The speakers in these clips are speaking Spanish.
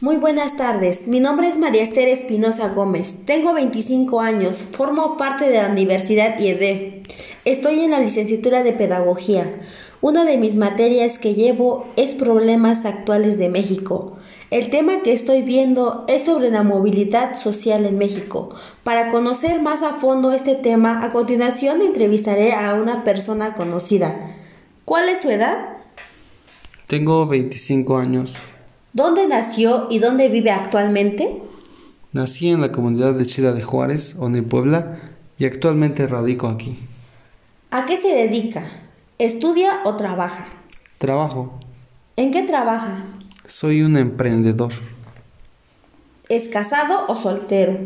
Muy buenas tardes, mi nombre es María Esther Espinosa Gómez, tengo 25 años, formo parte de la Universidad IED, estoy en la licenciatura de Pedagogía. Una de mis materias que llevo es Problemas Actuales de México. El tema que estoy viendo es sobre la movilidad social en México. Para conocer más a fondo este tema, a continuación entrevistaré a una persona conocida. ¿Cuál es su edad? Tengo 25 años. ¿Dónde nació y dónde vive actualmente? Nací en la comunidad de Chida de Juárez, donde Puebla, y actualmente radico aquí. ¿A qué se dedica? ¿Estudia o trabaja? Trabajo. ¿En qué trabaja? Soy un emprendedor. ¿Es casado o soltero?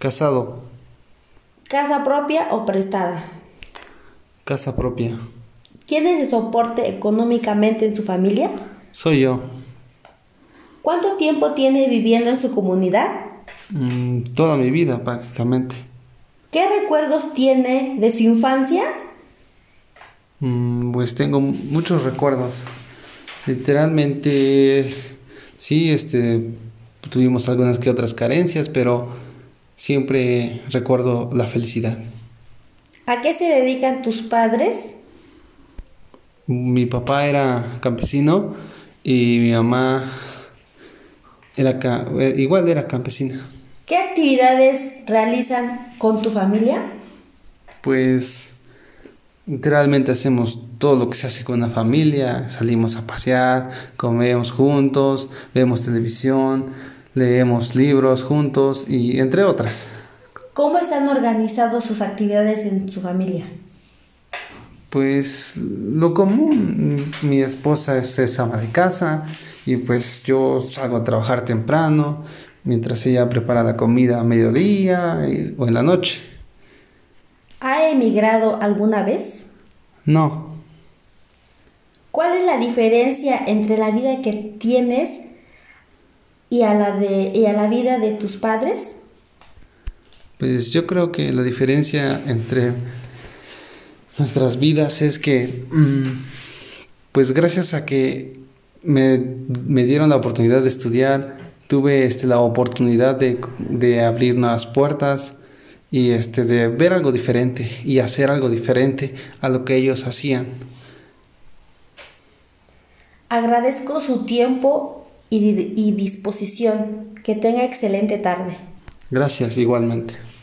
Casado. ¿Casa propia o prestada? Casa propia. ¿Quién es el soporte económicamente en su familia? Soy yo. ¿Cuánto tiempo tiene viviendo en su comunidad? Mm, toda mi vida prácticamente. ¿Qué recuerdos tiene de su infancia? Mm, pues tengo muchos recuerdos. Literalmente, sí, este, tuvimos algunas que otras carencias, pero siempre recuerdo la felicidad. ¿A qué se dedican tus padres? Mi papá era campesino y mi mamá era eh, igual era campesina. ¿Qué actividades realizan con tu familia? Pues literalmente hacemos todo lo que se hace con la familia, salimos a pasear, comemos juntos, vemos televisión, leemos libros juntos y entre otras. ¿Cómo están organizados sus actividades en su familia? Pues lo común, mi esposa es ama de casa y pues yo salgo a trabajar temprano, mientras ella prepara la comida a mediodía y, o en la noche. ¿Ha emigrado alguna vez? No. ¿Cuál es la diferencia entre la vida que tienes y a la, de, y a la vida de tus padres? Pues yo creo que la diferencia entre nuestras vidas es que, mm, pues gracias a que me, me, dieron la oportunidad de estudiar, tuve este, la oportunidad de, de abrir nuevas puertas y este, de ver algo diferente y hacer algo diferente a lo que ellos hacían. Agradezco su tiempo y, y disposición. Que tenga excelente tarde. Gracias igualmente.